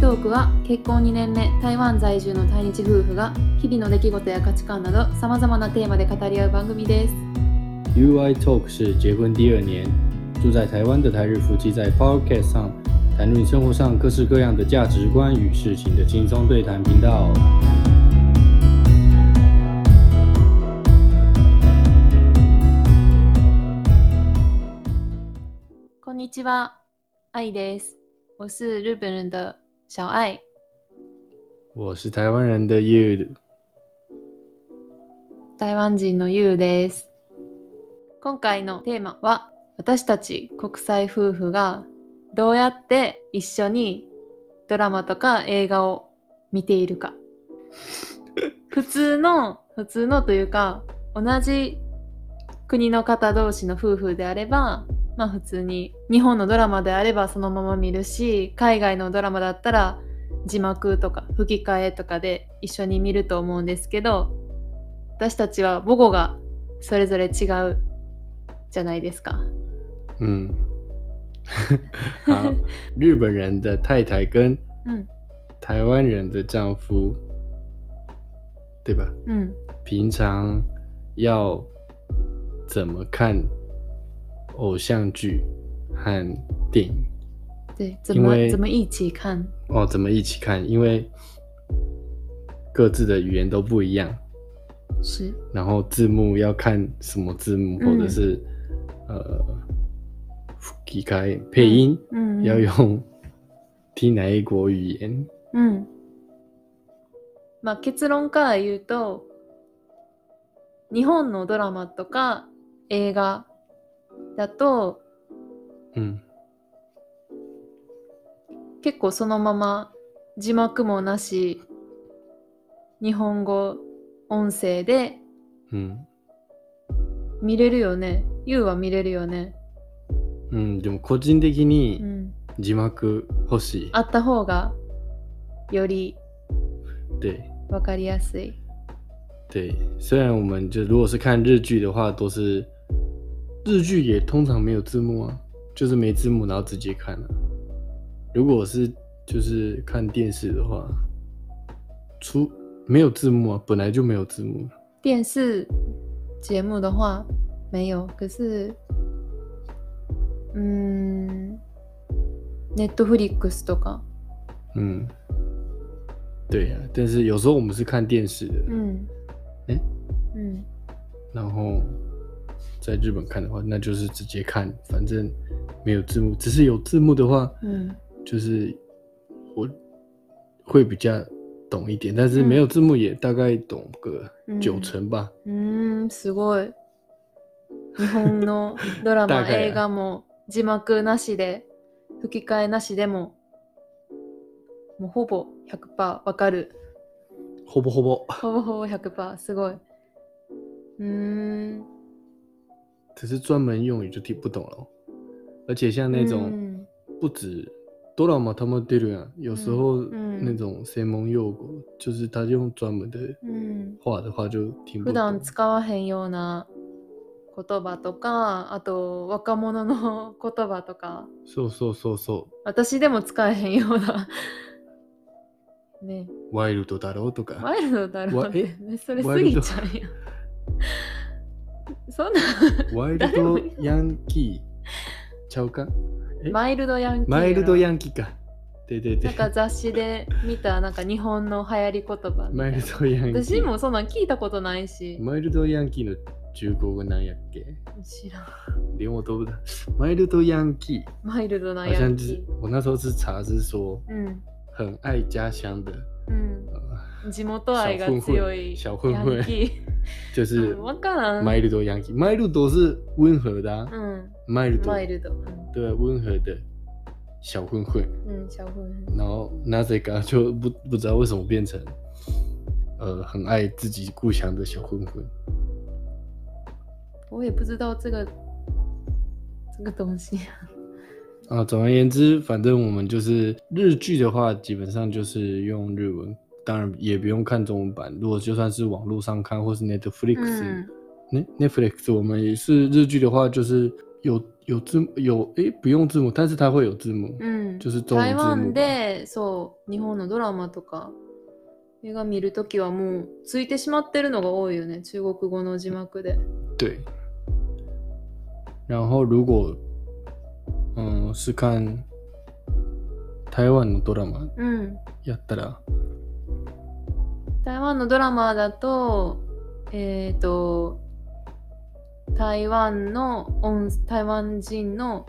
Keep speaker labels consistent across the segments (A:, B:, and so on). A: トークは結婚2年目台湾在住の対日夫婦が日々の出来事や価値観などさまざまなテーマで語り合う番組です
B: UI Talk 是结婚第二年，住在台湾的台日夫妻在 Podcast 上谈论生活上各式各样的价值观与事情的轻松对谈频道。
A: こんにちは愛です我是日本人的小愛
B: 我是台湾人的 You，
A: 台湾人の YOU です今回のテーマは私たち国際夫婦がどうやって一緒にドラマとか映画を見ているか普通の普通のというか同じ国の方同士の夫婦であればまあ普通に日本のドラマであればそのまま見るし海外のドラマだったら字幕とか吹き替えとかで一緒に見ると思うんですけど私たちは母語がそれぞれ違うじゃないですか。
B: 嗯，好，日本人的太太跟
A: うん、
B: 台湾人的丈夫，对吧？
A: うん、
B: 平常要怎么看偶像剧和电影？
A: 对，怎
B: 因
A: 么
B: 为
A: 怎么一起看？
B: 哦，怎么一起看？因为各自的语言都不一样，
A: 是，
B: 然后字幕要看什么字幕，
A: 嗯
B: 或者是呃，吹き替え配音、
A: 嗯，
B: 要用 听哪一国语言？
A: うん。まあ結論から言うと、日本のドラマとか映画だと
B: 嗯
A: 結構そのまま字幕もなし、日本語音声で
B: 嗯
A: 見れるよね。YOU は見れるよね。
B: 嗯，でも個人的に
A: うん。
B: 字幕欲しい。
A: あった方がより
B: 对。
A: わかりやすい。
B: 对，虽然我们就如果是看日剧的话，都是日剧也通常没有字幕啊，就是没字幕然后直接看啊。如果是就是看电视的话，出没有字幕啊，本来就没有字幕，
A: 电视节目的话没有，可是，嗯，Netflix とか，
B: 嗯，对呀、但是有时候我们是看电视的，
A: 嗯，
B: 诶
A: 嗯，
B: 然后在日本看的话，那就是直接看，反正没有字幕，只是有字幕的话，
A: 嗯，
B: 就是我会比较懂一点，但是没有字幕也大概懂个
A: 嗯
B: 九成吧。
A: うん、すごい。日本のドラ
B: 大
A: マ、
B: 概
A: 映画も字幕なしで、吹き替えなしでも、もうほぼ100%わかる。
B: ほぼほぼ。
A: ほぼほぼ100%、すごい。うーん。
B: 只是专门用语就听不懂了哦，而且像那
A: う
B: 种
A: ん
B: 不止多拉玛他们对了，有时候
A: 嗯
B: 那种谁蒙佑国，就是他用专门的
A: うん
B: 话的话就听不
A: 普
B: 懂
A: 段。使わへんような言葉とかあと若者の言葉とか
B: そうそうそうそ
A: 私でも使えへんようなね
B: う。ワイルドだろうとか
A: ワ。イルドだろうって、
B: わ
A: ね、それ過ぎちゃうやんそんな
B: ワイル
A: 誰も
B: ド
A: 言う
B: ヤン キーちゃうか？え
A: マイルドヤンキーやろ
B: マイルドヤンキーか。对对对
A: なん。か雑誌で見たなんか日本の流行り言葉みた
B: マ
A: い
B: イ
A: な
B: ルドヤンキー。
A: 私もそんなん聞いたことないし
B: マイルドヤンキーの中国語なんやっけ
A: 知らん
B: 连我都不知道。マイルドヤンキー
A: マイルドな
B: 好
A: ヤ
B: 像
A: ン
B: 就是
A: キ
B: 我那时候是查是说
A: ーうん
B: 很爱家乡的，
A: うん
B: 呃，
A: 地元愛が強い
B: 小混混
A: ヤンキー
B: 就
A: う
B: 是
A: んわからん。
B: マイルドヤンキー。マイルド是温和的、啊
A: う，ん。
B: マイルド
A: マイルド。うん
B: 对温和的小混混。
A: うん、小混
B: 然后那这个就不不知道为什么变成呃很爱自己故乡的小混混。
A: 我也不知道这个这个东西。
B: 啊，总而言之，反正我们就是日剧的话，基本上就是用日文，当然也不用看中文版。如果就算是网络上看，或是 Netflix，、
A: 嗯
B: 那 Netflix 我们也是日剧的话，就是有有字幕有诶、不用字幕，但是它会有字幕，
A: うん
B: 就是中文
A: 台
B: 字幕
A: 湾
B: 吧。
A: でそう日本のドラマとか映画見るときはもうついてしまってるのが多いよね中国語の字幕で
B: 对。然后如果嗯是看台湾のドラマ
A: うん
B: やったら
A: 台湾のドラマだとえっ、と台湾の音台湾人の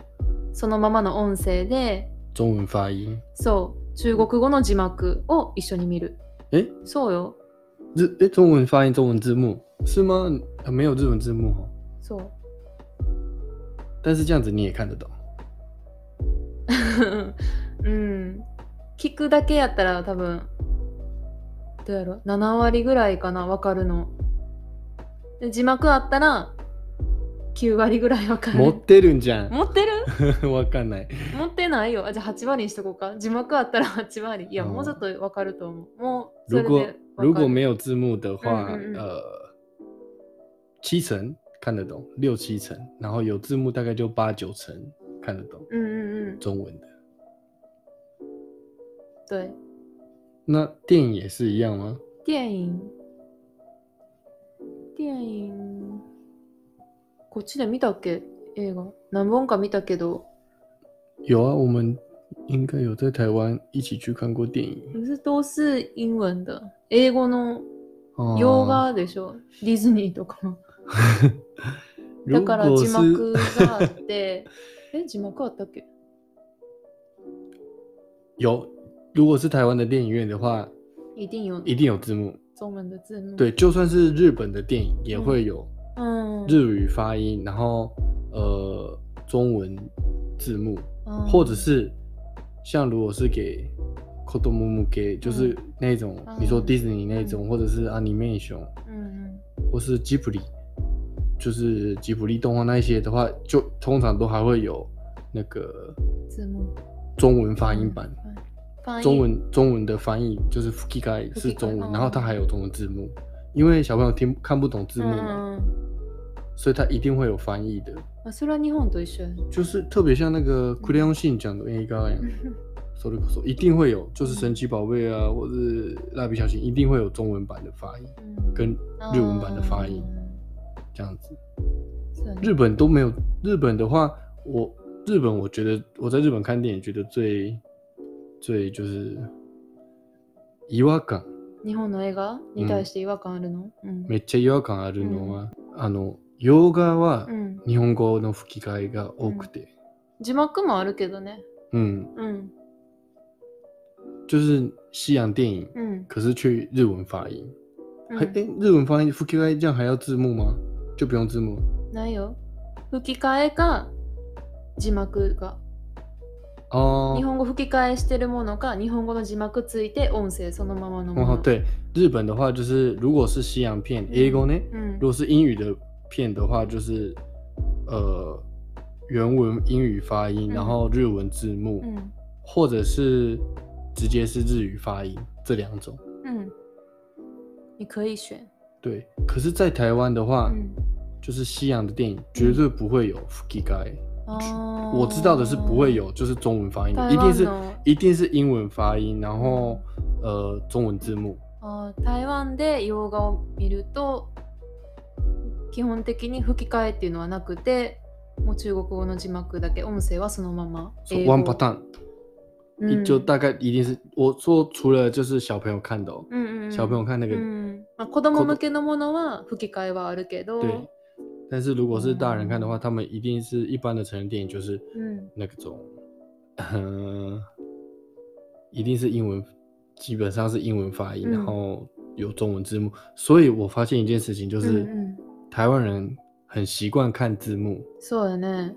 A: そのままの音声で
B: 中文发音。
A: そう中国語の字幕を一緒に見る
B: 诶
A: そうよ
B: 日诶、中文发音中文字幕是吗？啊没有日文字幕哦，
A: そう
B: 但是这样子你也看得懂。
A: うん聞くだけやったら多分どうやろ7割ぐらいかな分かるので字幕あったら9割ぐらい分かる
B: 持ってるんじゃん。
A: 持ってる
B: わか んない。
A: 持ってないよあじゃあ8割にしとこうか字幕あったら8割い や
B: うん
A: もうちょっと分かると思うもうそ
B: 如
A: れで
B: 果如
A: 分か
B: 果
A: る
B: 没有字幕的话，
A: 嗯嗯嗯
B: 呃，七成看得懂，六七成，然后有字幕大概就八九成看得懂
A: うんうんうん
B: 中文的。
A: 对
B: 那电影也是一样吗？
A: 电影电影こっちで見たっけ映画何本か見たけど
B: 有啊，我们应该有在台湾一起去看过电影。
A: 可是都是英文的，英語の
B: 哦
A: 洋画でしょ、ディズニーとか。だ
B: 如
A: から
B: 果
A: 字
B: 是
A: 幕があって、 え、字幕あったっけ
B: 有，如果是台湾的电影院的话，
A: 一定有
B: 一定有字幕。
A: 中文的字幕。
B: 对，就算是日本的电影也
A: 嗯
B: 会有
A: 嗯，
B: 日语发音，然后呃中文字幕。
A: 嗯
B: 或者是像如果是给 k o d o m u m g 就是那种、
A: 嗯
B: 你说迪士尼那种，或者是 animation，
A: 嗯
B: 或是吉卜力，就是吉卜力动画那一些的话，就通常都还会有那个
A: 嗯，字幕
B: 中文发音版，
A: 嗯翻译
B: 中文中文的翻译就是 f u k i g a i 是中文，
A: 嗯
B: 然后它还有中文字幕，因为小朋友听看不懂字幕嘛，
A: 嗯，嗯
B: 所以它一定会有翻译的，
A: あそれは日本と一緒やね。
B: 就是特别像那个
A: 嗯
B: Crayon 信讲的 A 高 一样。说的口说一定会有，就是神奇宝贝啊，或是蜡笔小新，一定会有中文版的发音
A: 嗯
B: 跟日文版的发音
A: 嗯
B: 这样子。
A: そうやね
B: 日本都没有，日本的话，我日本我觉得我在日本看电影觉得最最就是違和感，
A: 日本の映画に対して違和感あるのうん。
B: めっちゃ違和感あるのは、あの洋画は
A: 嗯うん
B: 日本語の吹き替えが多くて、
A: 字幕もあるけどね。
B: 嗯，
A: うん。
B: 就是西洋电影，
A: うん。
B: 可是去日文发音，
A: うん
B: 还哎、日文发音吹き替え这样还要字幕吗？就不用字幕了。
A: ないよ。吹き替えか字幕が。
B: 哦
A: 日本語吹き替えしてるものか、日本語の字幕ついて音声そのままのもの。
B: 哦，对，日本的话就是如果是西洋片
A: 嗯
B: 英語呢，
A: うん
B: 如。果是英语的片的话，就是呃原文英语发音，
A: 嗯
B: 然后日文字幕，
A: うん。
B: 或者是直接是日语发音这两种。
A: うん。你可以选。
B: 对，可是，在台湾的话，
A: うん。
B: 就是西洋的电影绝对不会有 f u k i g a i
A: あ
B: 我知道的是不会。有，就是中文发音的，
A: 哦台
B: 一定
A: 湾
B: 是
A: の
B: 一定是英文发音，然后呃中文字幕。
A: あー台湾で洋画を見ると、基本的に吹き替えっていうのはなくて、もう中国語の字幕だけ、音声はそのまま。
B: So one pattern，、
A: 嗯
B: 就大概一定是我说除了就是小朋友看的、哦，
A: うんうんうん、
B: 小朋友看那个、
A: うんまあ、子供向けのものは吹き替えはあるけど、
B: 对，但是如果是大人看的话，他们一定是一般的成人电影就是
A: うん、
B: 那种，嗯、 一定是英文，基本上是英文发音，
A: 嗯
B: 然后有中文字幕。所以我发现一件事情，就是、
A: 嗯嗯
B: 台湾人很习惯看字幕，
A: そうやね。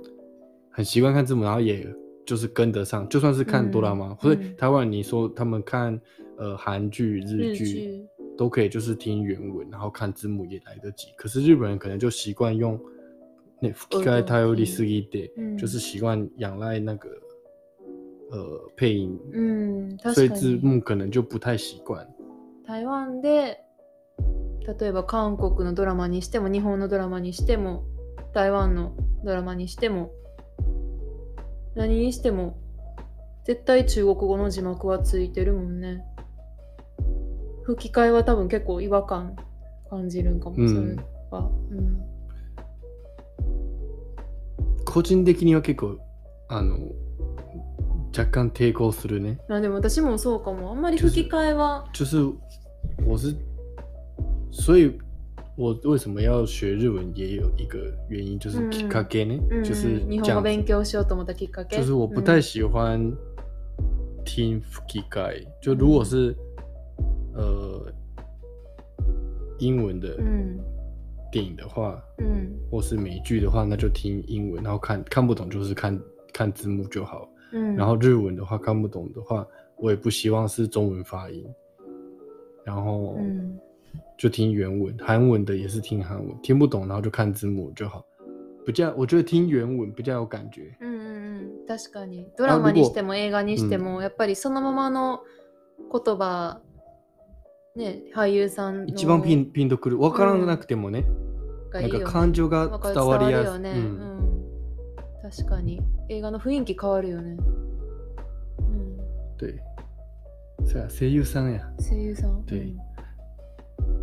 B: 很习惯看字幕，然后也就是跟得上，就算是看哆啦 A
A: 嗯
B: 梦，所以
A: 嗯
B: 台湾你说他们看呃韩剧、日
A: 日
B: 剧
A: 剧
B: 都可以，就是听原文，然后看字幕也来得及。可是日本人可能就习惯用那
A: 耳朵
B: “fukai t a y
A: 听
B: i s i d
A: 嗯
B: 就是习惯仰赖那个呃配音，
A: うん、
B: 所以
A: 確か
B: 字
A: に。
B: 幕可能就不太习惯。
A: 台湾で例えば韓国のドラマにしても日本のドラマにしても台湾のドラマにしても何にしても絶対中国語の字幕はついてるもんね吹き替えは多分結構違和感感じるんかも、
B: うん
A: それは、うん、
B: 個人的には結構あの若干抵抗するね
A: あでも私もそうかもあんまり
B: 就是
A: 吹き替えは、
B: 就是我是所以我为什么要学日文也有一个原因就是
A: 嗯
B: k i k a g e 呢、
A: うん
B: 就是
A: 日
B: 这
A: 本語
B: 样子
A: 勉強しようと思ったきっかけ
B: 就是我不太喜欢听吹き替え，就如
A: 嗯
B: 果是呃英文的
A: 嗯
B: 电影的话，
A: 嗯
B: 或是美剧的话，那就听英文，然后看看不懂就是看看字幕就好。
A: 嗯，
B: 然后日文的话看不懂的话，我也不希望是中文发音，然后
A: 嗯
B: 就听原文，韩文的也是听韩文，听不懂然后就看字幕就好，比较我觉得听原文比较有感觉。
A: うんうんうん確かにドラマにしても映画にしても、やっぱりそのままの言葉ね俳優さんの
B: 一番ピンピンとくる。わからなくてもね。
A: がい
B: ないん
A: よ
B: か
A: ね
B: 感情が
A: なんか
B: 伝
A: 伝
B: わ
A: わ
B: り
A: る
B: やすい。
A: よね、
B: う
A: うん
B: ん
A: 確かに映画の雰囲気変わるよね、うん、
B: 对，是啊，声優さんや。
A: 声優さん
B: 对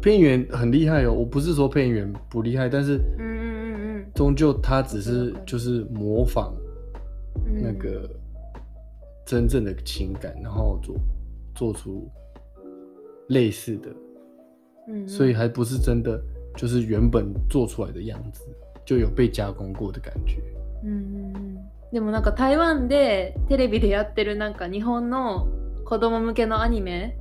B: 配音员很厉害哦，我不是说配音员不厉害，但是
A: うんうん
B: 终究他只
A: 我知
B: 是
A: 道
B: 就是模仿
A: うんうん
B: 那个真正的情感，然后做做出类似的，
A: うんうん
B: 所以还不是真的就是原本做出来的样子，就有被加工过的感觉。
A: うんうんうんでもなんか台湾でテレビでやってるなんか日本の子供向けのアニメ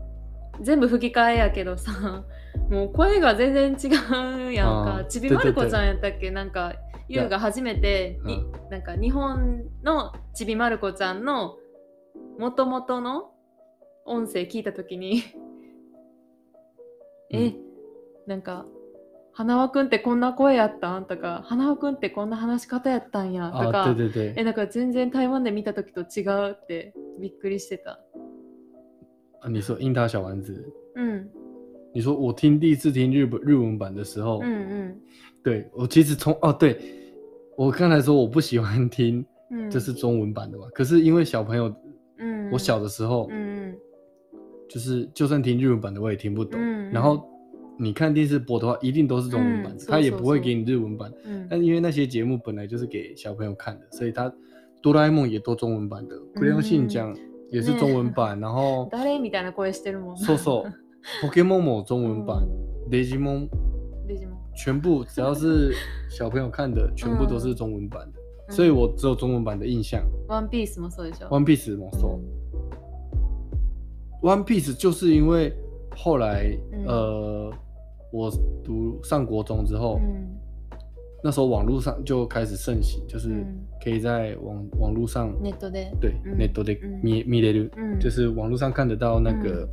A: 全部吹き替えやけどさ もう声が全然違うやん
B: あ
A: か
B: ー
A: ちびまる子ちゃんやったっけなんか
B: いや
A: 優が初めてに
B: う
A: なんか日本のちびまる子ちゃんのもともとの音声聞いた時にえ、
B: うん
A: なんか花輪くんってこんな声やったんとか花輪くんってこんな話し方やったんやと
B: 啊，
A: か
B: 对对
A: え
B: 对，
A: なんか全然台湾で見た時と違うってびっくりしてた
B: 啊，你说樱桃小丸子，
A: うん
B: 你说我听第一次听日本日文版的时候，
A: うんう
B: 对我其实从哦，对我刚才说我不喜欢听
A: んうん
B: 就是中文版的嘛，可是因为小朋友，
A: うん
B: 我小的时候
A: うんうん
B: 就是就算听日文版的我也听不懂，
A: 嗯
B: 然后你看电视播的话一定都是中文版，
A: 嗯
B: 他也
A: 搜
B: 不会
A: 搜
B: 给你日文版，
A: うん
B: 但因为那些节目本来就是给小朋友看的，所以他哆啦 A 梦也都中文版的，クレヨンしんちゃん也是中文版，然后
A: 誰みたいな声してるもん
B: そうそうポケモンも中文版，
A: う
B: デジモ
A: ん
B: ン
A: デジモン
B: 全部只要是小朋友看的，全部都是中文版的，
A: 嗯
B: 所以我只有中文版的印象。
A: ワンピースもそうでしょ
B: One Piece 猛兽、o n e Piece 就是因为后来、
A: 嗯
B: 呃，我读上国中之后，
A: うん
B: 那时候网络上就开始盛行，就
A: う
B: 是
A: ん
B: 可以在网网络上、
A: ネットで
B: 对、
A: 嗯
B: net 的
A: 嗯
B: 米米雷鲁，
A: うん
B: 就是网络上看得到那个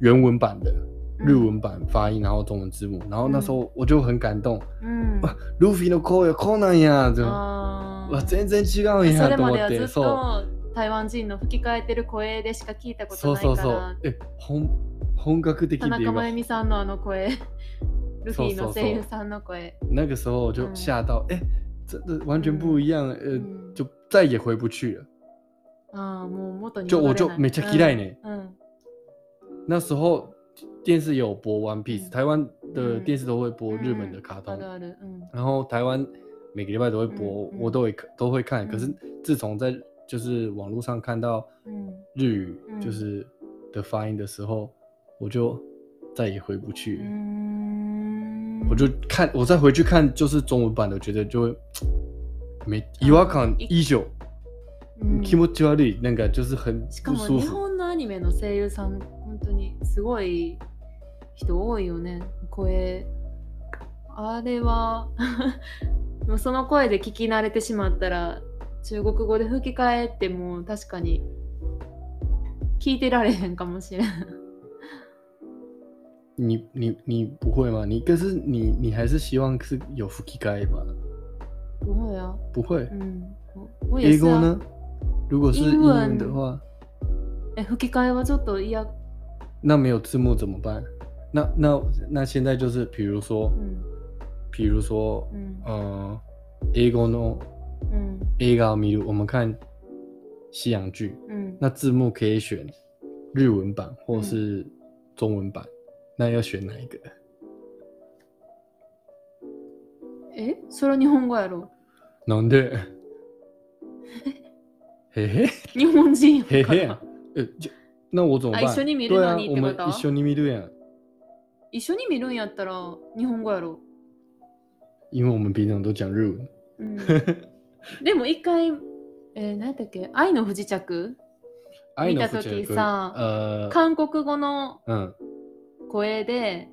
B: 原文版的。
A: うん
B: 日文版发音，然后中文字幕，然后那时
A: 嗯
B: 候我就很感动，
A: うん
B: ルフィの声はこうなんや、で
A: あ
B: わ
A: ー
B: 全然違う
A: 哦
B: ん
A: そ
B: や
A: れ
B: と
A: ま
B: 思
A: で
B: っ
A: はず
B: て、
A: っと台湾人の吹き替えてる声でしか聞いたこ
B: そ
A: と
B: う
A: ないか
B: そうそう
A: ら、
B: え、本本格的
A: 田
B: ってい
A: 中
B: うか
A: 真由、美さんのあの声、ルフィ
B: そ
A: の
B: うそうそう
A: 声優さんの声。
B: 那个时候我就
A: 嗯
B: 吓到，哎、真的完全不一样，呃，
A: うん
B: 就再也回不去了。
A: ああ、もう元に
B: 就
A: 戻
B: 我
A: れない
B: 就めっちゃ嫌いね。
A: うん
B: 那时候电视有播 One Piece，、
A: 嗯
B: 台湾的
A: 嗯
B: 电视都会播
A: うん
B: 日本的卡通，
A: あるある。うん
B: 然后台湾每个礼拜都会播，
A: 嗯嗯
B: 我都会看都会看。
A: 嗯
B: 可是自从在就是网络上看到
A: うん
B: 日语
A: 嗯
B: 就是的发音的时候，我就再也回不去
A: う
B: 了。
A: ーん
B: 我就看，我再回去看就是中文版的，我觉得就会没違和感
A: 哦一
B: 依旧，
A: うん
B: 気持ち悪い，那个就是很
A: しか
B: 不
A: も
B: 舒
A: 日
B: 服。
A: 本のアニメの声優さん、本当にすごい人多いよね、声。あれは もうその声で聞き慣れてしまったら、中国語で吹き替えってもう確かに聞いてられへんかもしれん。
B: 你你你不会吗？你可是你你还是希望是有吹き替え吧？
A: 不会啊，
B: 不会
A: う。ん。我也
B: 英
A: 是
B: 語
A: 啊
B: 呢？如果是英文的
A: 英
B: 话，
A: え吹き替えはちょっと嫌。う
B: 那没有字幕怎么办？那那那现在就是，比如说，
A: ん。
B: 比如说
A: う，ん。
B: 嗯、呃，英語の
A: うん。
B: 映画を見る，我们看西洋剧，
A: 嗯
B: 那字幕可以选日文版或是中文版，那要选哪一个？
A: えそれ日本語やろ
B: なんで？ 嘿嘿
A: 日本人やから
B: 嘿嘿呀、呃，就那我怎么
A: 啊
B: 办？
A: 一緒に見る
B: 对
A: の
B: 啊
A: に，って
B: 我们
A: こと
B: 一緒に見るやん，
A: 一緒に見るんやったら日本語やろ
B: 因为我们平常都讲日文。
A: うん でも一回えー、何やったっけ愛の不時着
B: 愛の不
A: 見
B: 時
A: た時
B: 着
A: さ
B: 呃，
A: 韓国語の
B: 嗯，
A: 声で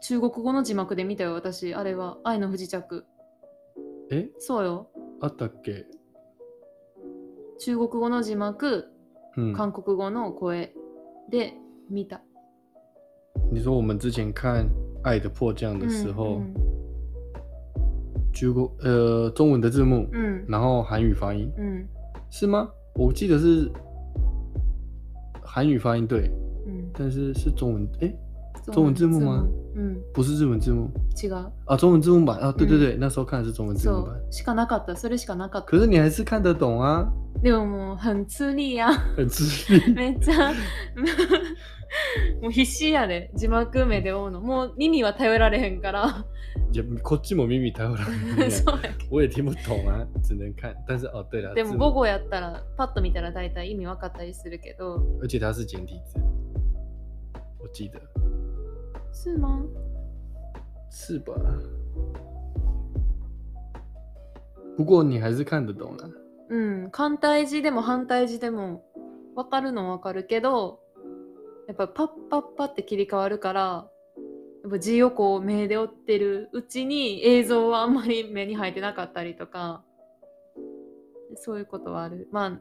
A: 中国語の字幕で見たよ私あれは愛の不時着
B: え、
A: そうよ
B: あったっけ？
A: 中国語の字幕
B: 嗯，
A: 韓国語の声で見た、
B: 你说我们之前看《爱的迫降》的时候，
A: うん
B: 中国呃中文的字幕，
A: うん
B: 然后韩语发音
A: うん
B: 是吗？我记得是韩语发音对，
A: うん
B: 但是是中文诶，
A: そう
B: 中文字幕吗
A: うん
B: 不是日文字幕
A: 違う
B: 啊，中文字幕版啊，对
A: 嗯
B: 对对，那时候看的是中文字
A: そ
B: 幕版
A: う。しかなかったそれしかなかった
B: 可是你还是看得懂啊，
A: でももう很通利や
B: 很吃 力。
A: めっちゃもう必死やで字幕目で追うのもう耳は頼られへんから
B: 也こっちも耳頼ら
A: そう
B: れ
A: や
B: るね
A: け
B: 我也听不懂啊，只能看。但是哦，对了，
A: どでも
B: 字
A: 午
B: 幕
A: 後やったらパッと見たら大体意味分かったりするけど
B: 而且它是简体字，我记得
A: すまん
B: 是吧？不过你还是看得懂啦。
A: うん簡体字でも反対字でも分かるのは分かるけどやっぱパッパッパって切り替わるからやっぱ字をこう目で追ってるうちに映像はあんまり目に入ってなかったりとかそういうことはあるまあ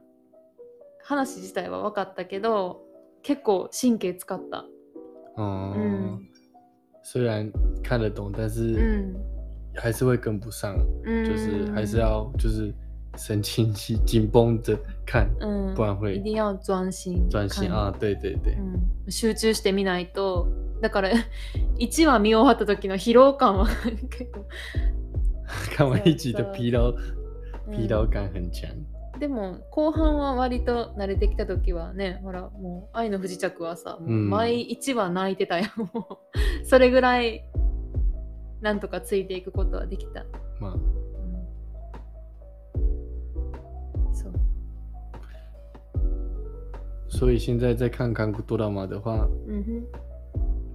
A: 話自体は分かったけど結構神経使った
B: 哦、
A: うん
B: 虽然看得懂，但
A: う
B: 是
A: ん
B: 还是会跟不上，
A: うん
B: 就是还是要就是神经紧紧绷着看，
A: うん
B: 不然
A: 嗯一
B: 会
A: 定嗯要专心
B: 专心啊。对对对，
A: うん集中して見ないとだから 1話見終わった時の疲労感は 結構、
B: 看完一集
A: 啊
B: 的疲
A: う
B: 劳
A: ん
B: 疲劳感很强。
A: でも後半は割と慣れてきた時はねほらもう「愛の不時着」はさもう
B: うん
A: 毎1話泣いてたよ、 もうそれぐらいなんとかついていくことはできた、
B: まあ
A: うんそう
B: 所以现在在看韩国ドラマ的话，
A: うん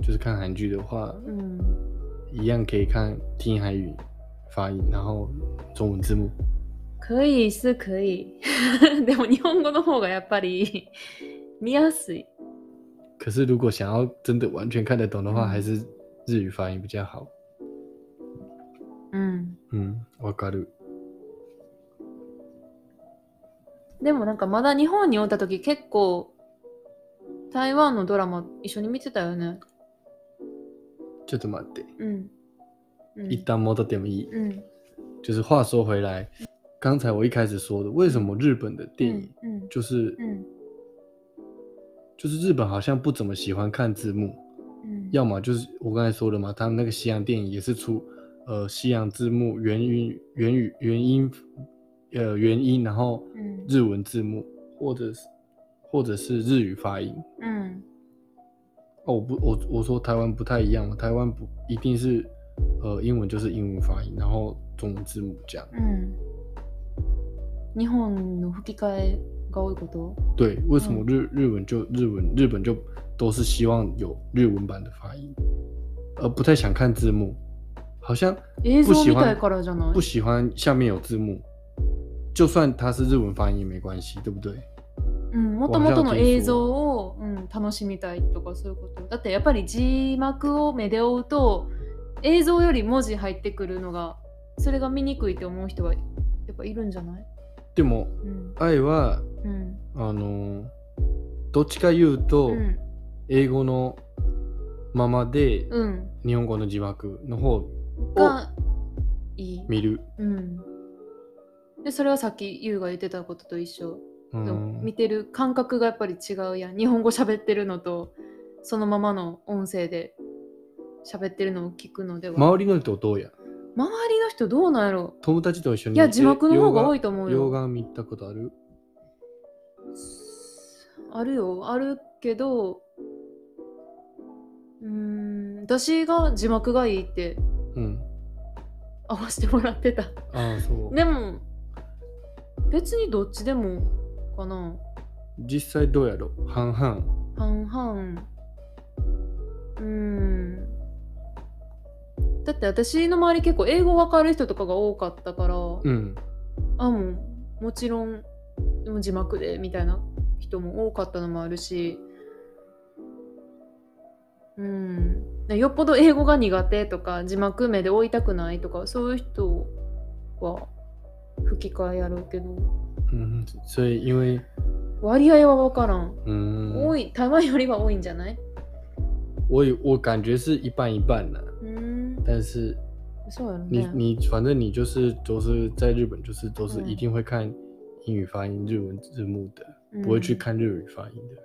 B: 就是看韩剧的话，
A: ふんうん
B: 一样可以看听韩语发音，然后中文字幕。
A: 可以是可以でも日本語の方がやっぱり見やすい
B: 可是如果想要真的完全看得懂的话，
A: 嗯
B: 还是日语发音比较好。
A: うん
B: 嗯，わかる。
A: でもなんかまだ日本におった時結構台湾のドラマ一緒に見てたよね。
B: ちょっと待って，
A: うん。うん
B: 一旦戻ってもいい。
A: うん。
B: 就是话说回来，刚才我一开始说的，为什么日本的电影
A: うん。
B: 就是
A: うん。
B: 就是日本好像不怎么喜欢看字幕，
A: うん。
B: 要么就是我刚才说的嘛，他们那个西洋电影也是出呃西洋字幕原音原语原音呃原音，然后
A: うん。
B: 日文字幕，或者是或者是日语发音。
A: うん。
B: 哦，我不，我我说台湾不太一样嘛，台湾不一定是呃英文就是英文发音，然后中文字母这样。
A: うん。日本の吹き替えが多いこと
B: 对，为什么日、日文就日文日本就都是希望有日文版的发音，而不太想看字幕，好像
A: 映
B: 不
A: 像
B: 喜
A: みたい
B: 欢
A: からじゃない
B: 不喜欢下面有字幕，就算它是日文发音也没关系，对不对？
A: うん。もともとの映像を、うん、楽しみたいとかそういうこと。だってやっぱり字幕を目で追うと映像より文字入ってくるのがそれが見にくいって思う人はやっぱいるんじゃない
B: でも
A: うん。
B: 愛は
A: うん。
B: あのどっちか言うと、
A: うん。
B: 英語のままで
A: うん。
B: 日本語の字幕の方を
A: がいい。
B: 見る。
A: うん。で、それはさっき優が言ってたことと一緒。
B: う
A: でも
B: ん
A: 見てる感覚がやっぱり違うやん。日本語喋ってるのと、そのままの音声で喋ってるのを聞くのでは。
B: 周りの人どうや
A: 周りの人どうなんやろ
B: 友達と一緒
A: い
B: に
A: や、字幕の方が多
B: い
A: いと思う
B: 洋
A: よ。
B: 画見たことある
A: あるよあるけどうーん私が字幕がいいって
B: うん。
A: 合わせてもらってた
B: ああ、そう。
A: でも別にどっちでもかな
B: 実際どうやろ半々。
A: 半々うーんだって私の周り結構英語わかる人とかが多かったから、
B: うん。
A: あもうもちろんでも字幕でみたいな人も多かったのもあるしうんよっぽど英語が苦手とか字幕目で追いたくないとかそういう人は吹き替えやろうけど
B: うん。所以因为
A: 割合は分からん、
B: 嗯，
A: 多い台湾よりは多いんじゃない
B: 我有我感觉是一半一半的、
A: うん
B: 但是
A: そうやろ
B: 你、
A: ね
B: 你反正你就是都是在日本就是都是
A: 嗯
B: 一定会看英语发音、日文字幕的，
A: うん
B: 不会去看日语发音的。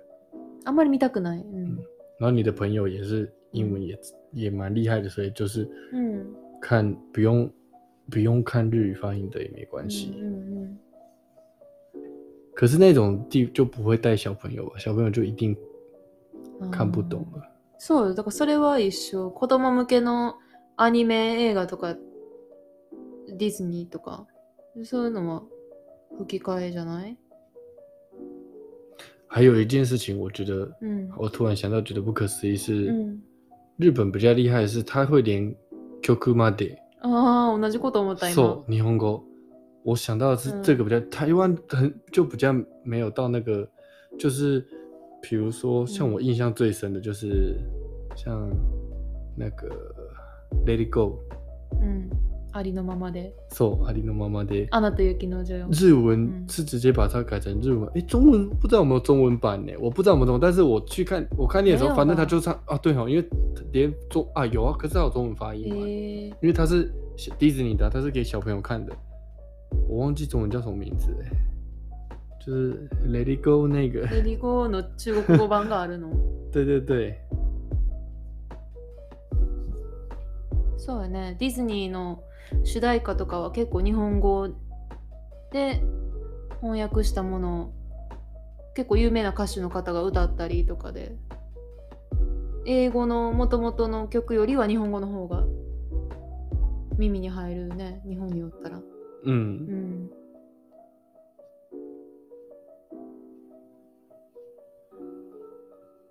A: あんまり見たくないうん、
B: 然后你的朋友也是英文也、也蛮厉害的，所以就是
A: うん
B: 看不用不用看日语发音的也没关系。
A: うんうん
B: 可是那种地就不会带小朋友吧，小朋友就一定
A: うん
B: 看不懂了。
A: そうよだからそれは一緒子供向けのアニメ映画とかディズニーとかそういうのは吹き替えじゃない
B: 还有一件事情，我觉得
A: うん
B: 我突然想到，觉得不可思议是，
A: うん
B: 日本比较厉害的是，他会连 “QQ” まで
A: ああ同じこと思った今
B: そう日本語。我想到的是
A: 嗯
B: 这个比较，台湾很就比较没有到那个，就是比如说像
A: 嗯
B: 我印象最深的就是像那个《Let It Go
A: うんありのままで」，
B: そうありのままで。
A: アナと雪の女王
B: 日文
A: 嗯
B: 是直接把它改成日文，哎、中文不知道有没有中文版呢？我不知道有没有中文，但是我去看我看你的时
A: 没
B: 候，
A: 有
B: 反正它
A: 吧
B: 就唱啊，对哦，因为连中啊有啊，可是它有中文发
A: え
B: 音
A: ー、
B: 嘛，因为它是小迪士尼的啊，它是给小朋友看的，我忘记中文叫什么名字哎，就是 Let It Go 那个，
A: レディゴーの中国語版があるの
B: 对对对，
A: そうやねディズニーの主題歌とかは結構日本語で翻訳したものを結構有名な歌手の方が歌ったりとかで英語の元々の曲よりは日本語の方が耳に入るね日本におったらう，
B: 嗯
A: ん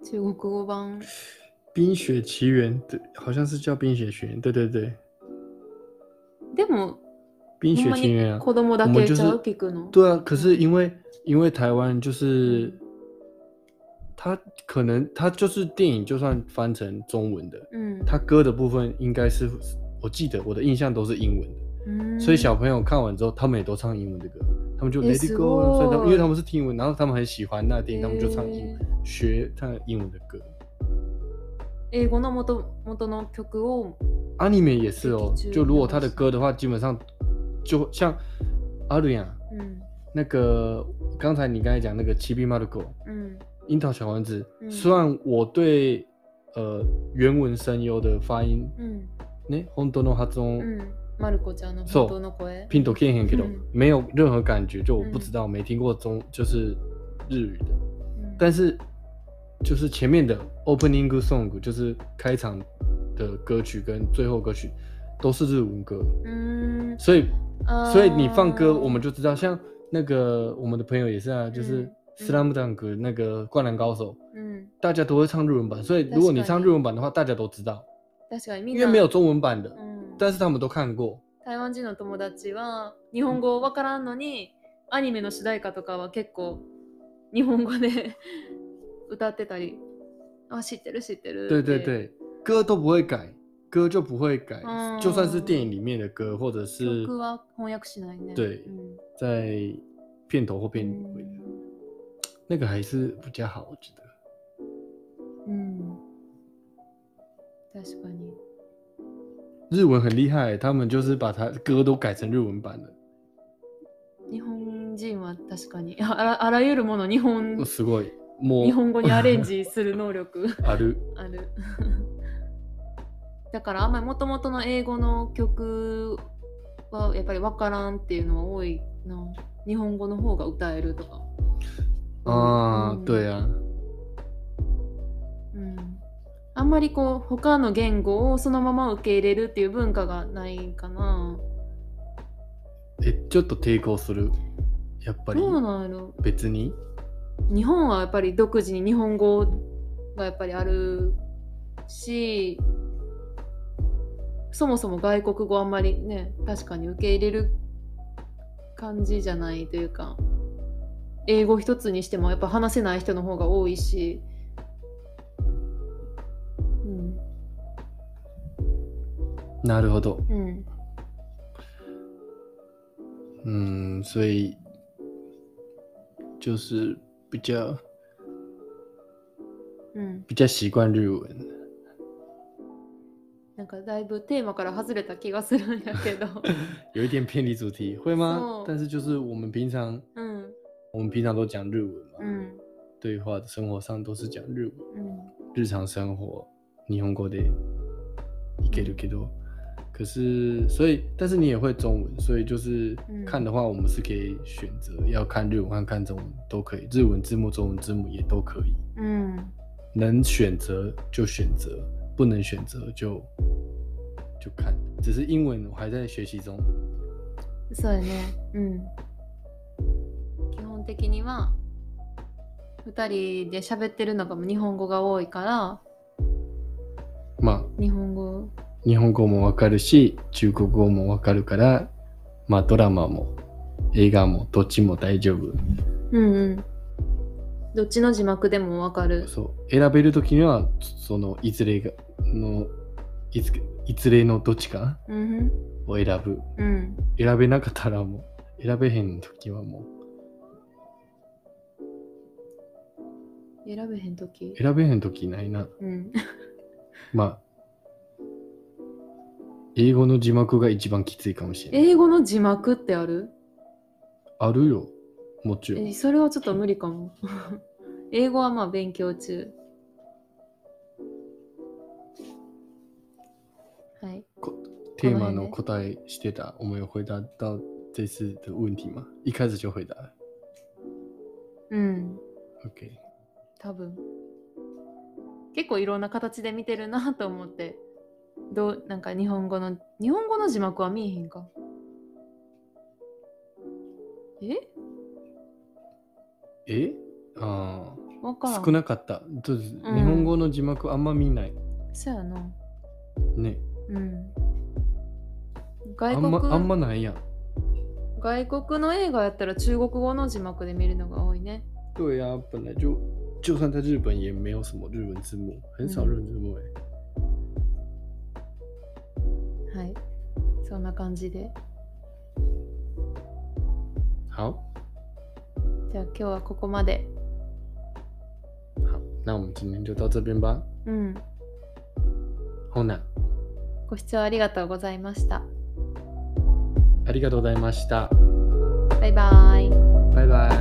A: 中国語版
B: 冰雪奇缘》对，好像是叫《冰雪奇缘》，对对对，《
A: でも
B: 冰
A: ほん
B: 雪
A: ま
B: 奇缘》
A: に
B: 啊，
A: 子供だ
B: 我们
A: けち
B: 就是
A: ゃう聞くの
B: 对啊，可是因为因为台湾就是
A: 嗯，
B: 它可能它就是电影就算翻成中文的，
A: うん
B: 它歌的部分应该是我记得我的印象都是英文的，
A: 嗯
B: 所以小朋友看完之后，他们也都唱英文的歌，他们就
A: 诶
B: Let It
A: す
B: Go，
A: ごい
B: 所以他们因为他们是听英文，然后他们很喜欢那电影，他们就唱英
A: えー
B: 学唱英文的歌。
A: 英語の元元の曲を
B: anime 也是哦
A: 劇中，
B: 就如果他的歌的话，基本上就像阿鲁亚
A: うん
B: 那个刚才你刚才讲那个七匹马的狗。
A: うん
B: 樱桃小丸子，
A: 嗯
B: 虽然我对呃原文声优的发音
A: うん
B: 呢，红多诺哈中
A: うんマルコちゃんの
B: そう
A: 本当の声
B: 拼斗 K 很 K
A: 嗯
B: 没有任何感觉，就我不知道没听过中就是日语的，
A: うん
B: 但是就是前面的 opening song 就是开场的歌曲跟最后歌曲都是日文歌，
A: うーん
B: 所以
A: あー
B: 所以你放歌我们就知道，像那个我们的朋友也是啊，就是
A: 嗯
B: 《
A: 嗯
B: Slam Dunk》那个《灌篮高手》。
A: うん
B: 大家都会唱日文版，所以如果
A: 嗯
B: 你唱日文版的话，大家都知道，
A: 確かにみん
B: 因
A: な
B: 为没有中文版的
A: う，ん
B: 但是他们都看过。
A: 台湾人の友達は日本語わからんのにアニメの主題歌とかは結構日本語で 歌ってたりあ知ってる知ってる
B: 对
A: って
B: 对对，歌都不会改，歌就不会改，
A: 嗯
B: 就算是电影里面的歌，或者是
A: 曲は翻訳しないね
B: 对
A: うん
B: 在片头或片尾的，
A: う
B: 那个还是比较好，我觉得。
A: ん確かに
B: 日文很厉害，他们就是把它歌都改成日文版的，
A: 日本人は確かにあらあらゆるもの日本
B: 我すごい。も
A: 日
B: う
A: 本語にアレンジする能力
B: ある。
A: ある だからあんまりもともとの英語の曲はやっぱり分からんっていうのは多いな日本語の方が歌えるとか
B: 啊，
A: 嗯
B: 对啊，
A: うん、あんまりこう他の言語をそのまま受け入れるっていう文化がないかな
B: え、ちょっと抵抗する。やっぱり
A: どうなんやろ
B: 別に
A: 日本はやっぱり独自に日本語がやっぱりあるしそもそも外国語あんまりね確かに受け入れる感じじゃないというか英語一つにしてもやっぱ話せない人の方が多いし、うん
B: なるほど。
A: うん、
B: 嗯，所以就是比较
A: うん、
B: 比较习惯日文。
A: なんかだいぶテーマから外れた気がするんやけど、
B: 有一点偏离主题，会吗
A: 哦？
B: 但是就是我们平常
A: うん
B: 我们平常都讲日文嘛，
A: うん
B: 对话的生活上都是讲日文，
A: うん
B: 日常生活日本語でいけるけど，可是所以但是你也会中文，所以就是
A: 嗯
B: 看的话，我们是可以选择要看日文和看中文都可以，日文字幕、中文字幕也都可以。
A: うん
B: 能选择就选择，不能选择就就看。只是英文我还在学习中。
A: そうやね。うん。基本的には2人で喋ってるのがもう日本語が多いから
B: まあ
A: 日本語
B: 日本語もわかるし、中国語もわかるから、まあドラマも映画もどっちも大丈夫。
A: うんうんどっちの字幕でもわかる
B: そう選べるときにはそのいずれがのいついずれのどっちか
A: うん
B: を選ぶ。
A: ふんうん
B: 選べなかったらもう選べへんときはも
A: 選べへん時
B: う選べへんときないな。
A: うん
B: まあ、英語の字幕が一番きついかもしれない。
A: 英語の字幕ってある
B: あるよ、もちろん。
A: えそれはちょっと無理かも 英語はまあ勉強中はい
B: テーマ
A: この辺
B: の
A: ね
B: 答えしてた。我们有回答到这次的问题吗？一开始就回答了。
A: うん
B: OK。
A: 多分結構いろんな形で見てるなと思ってどうなんか日本語の日本語の字幕は見えへんかえ
B: えあ
A: わから
B: あ、
A: ん
B: 少なかった。ちょっと日本語の字幕あんま見ない。
A: そうやな
B: ね。
A: うん
B: あ
A: 外
B: ん
A: 国
B: ま、あんまないやん。
A: 外国の映画やったら中国語の字幕で見るのが多いね
B: 对呀、本来就就算在日本也没有什么日文字幕，很少日文字幕哎、
A: はいそんな感じで
B: 好，
A: じゃあ今日はここまで
B: 好，那我们今天就到这边吧。
A: うん
B: ほな、
A: ご視聴ありがとうございました
B: ありがとうございました。
A: バイバーイ
B: 拜拜。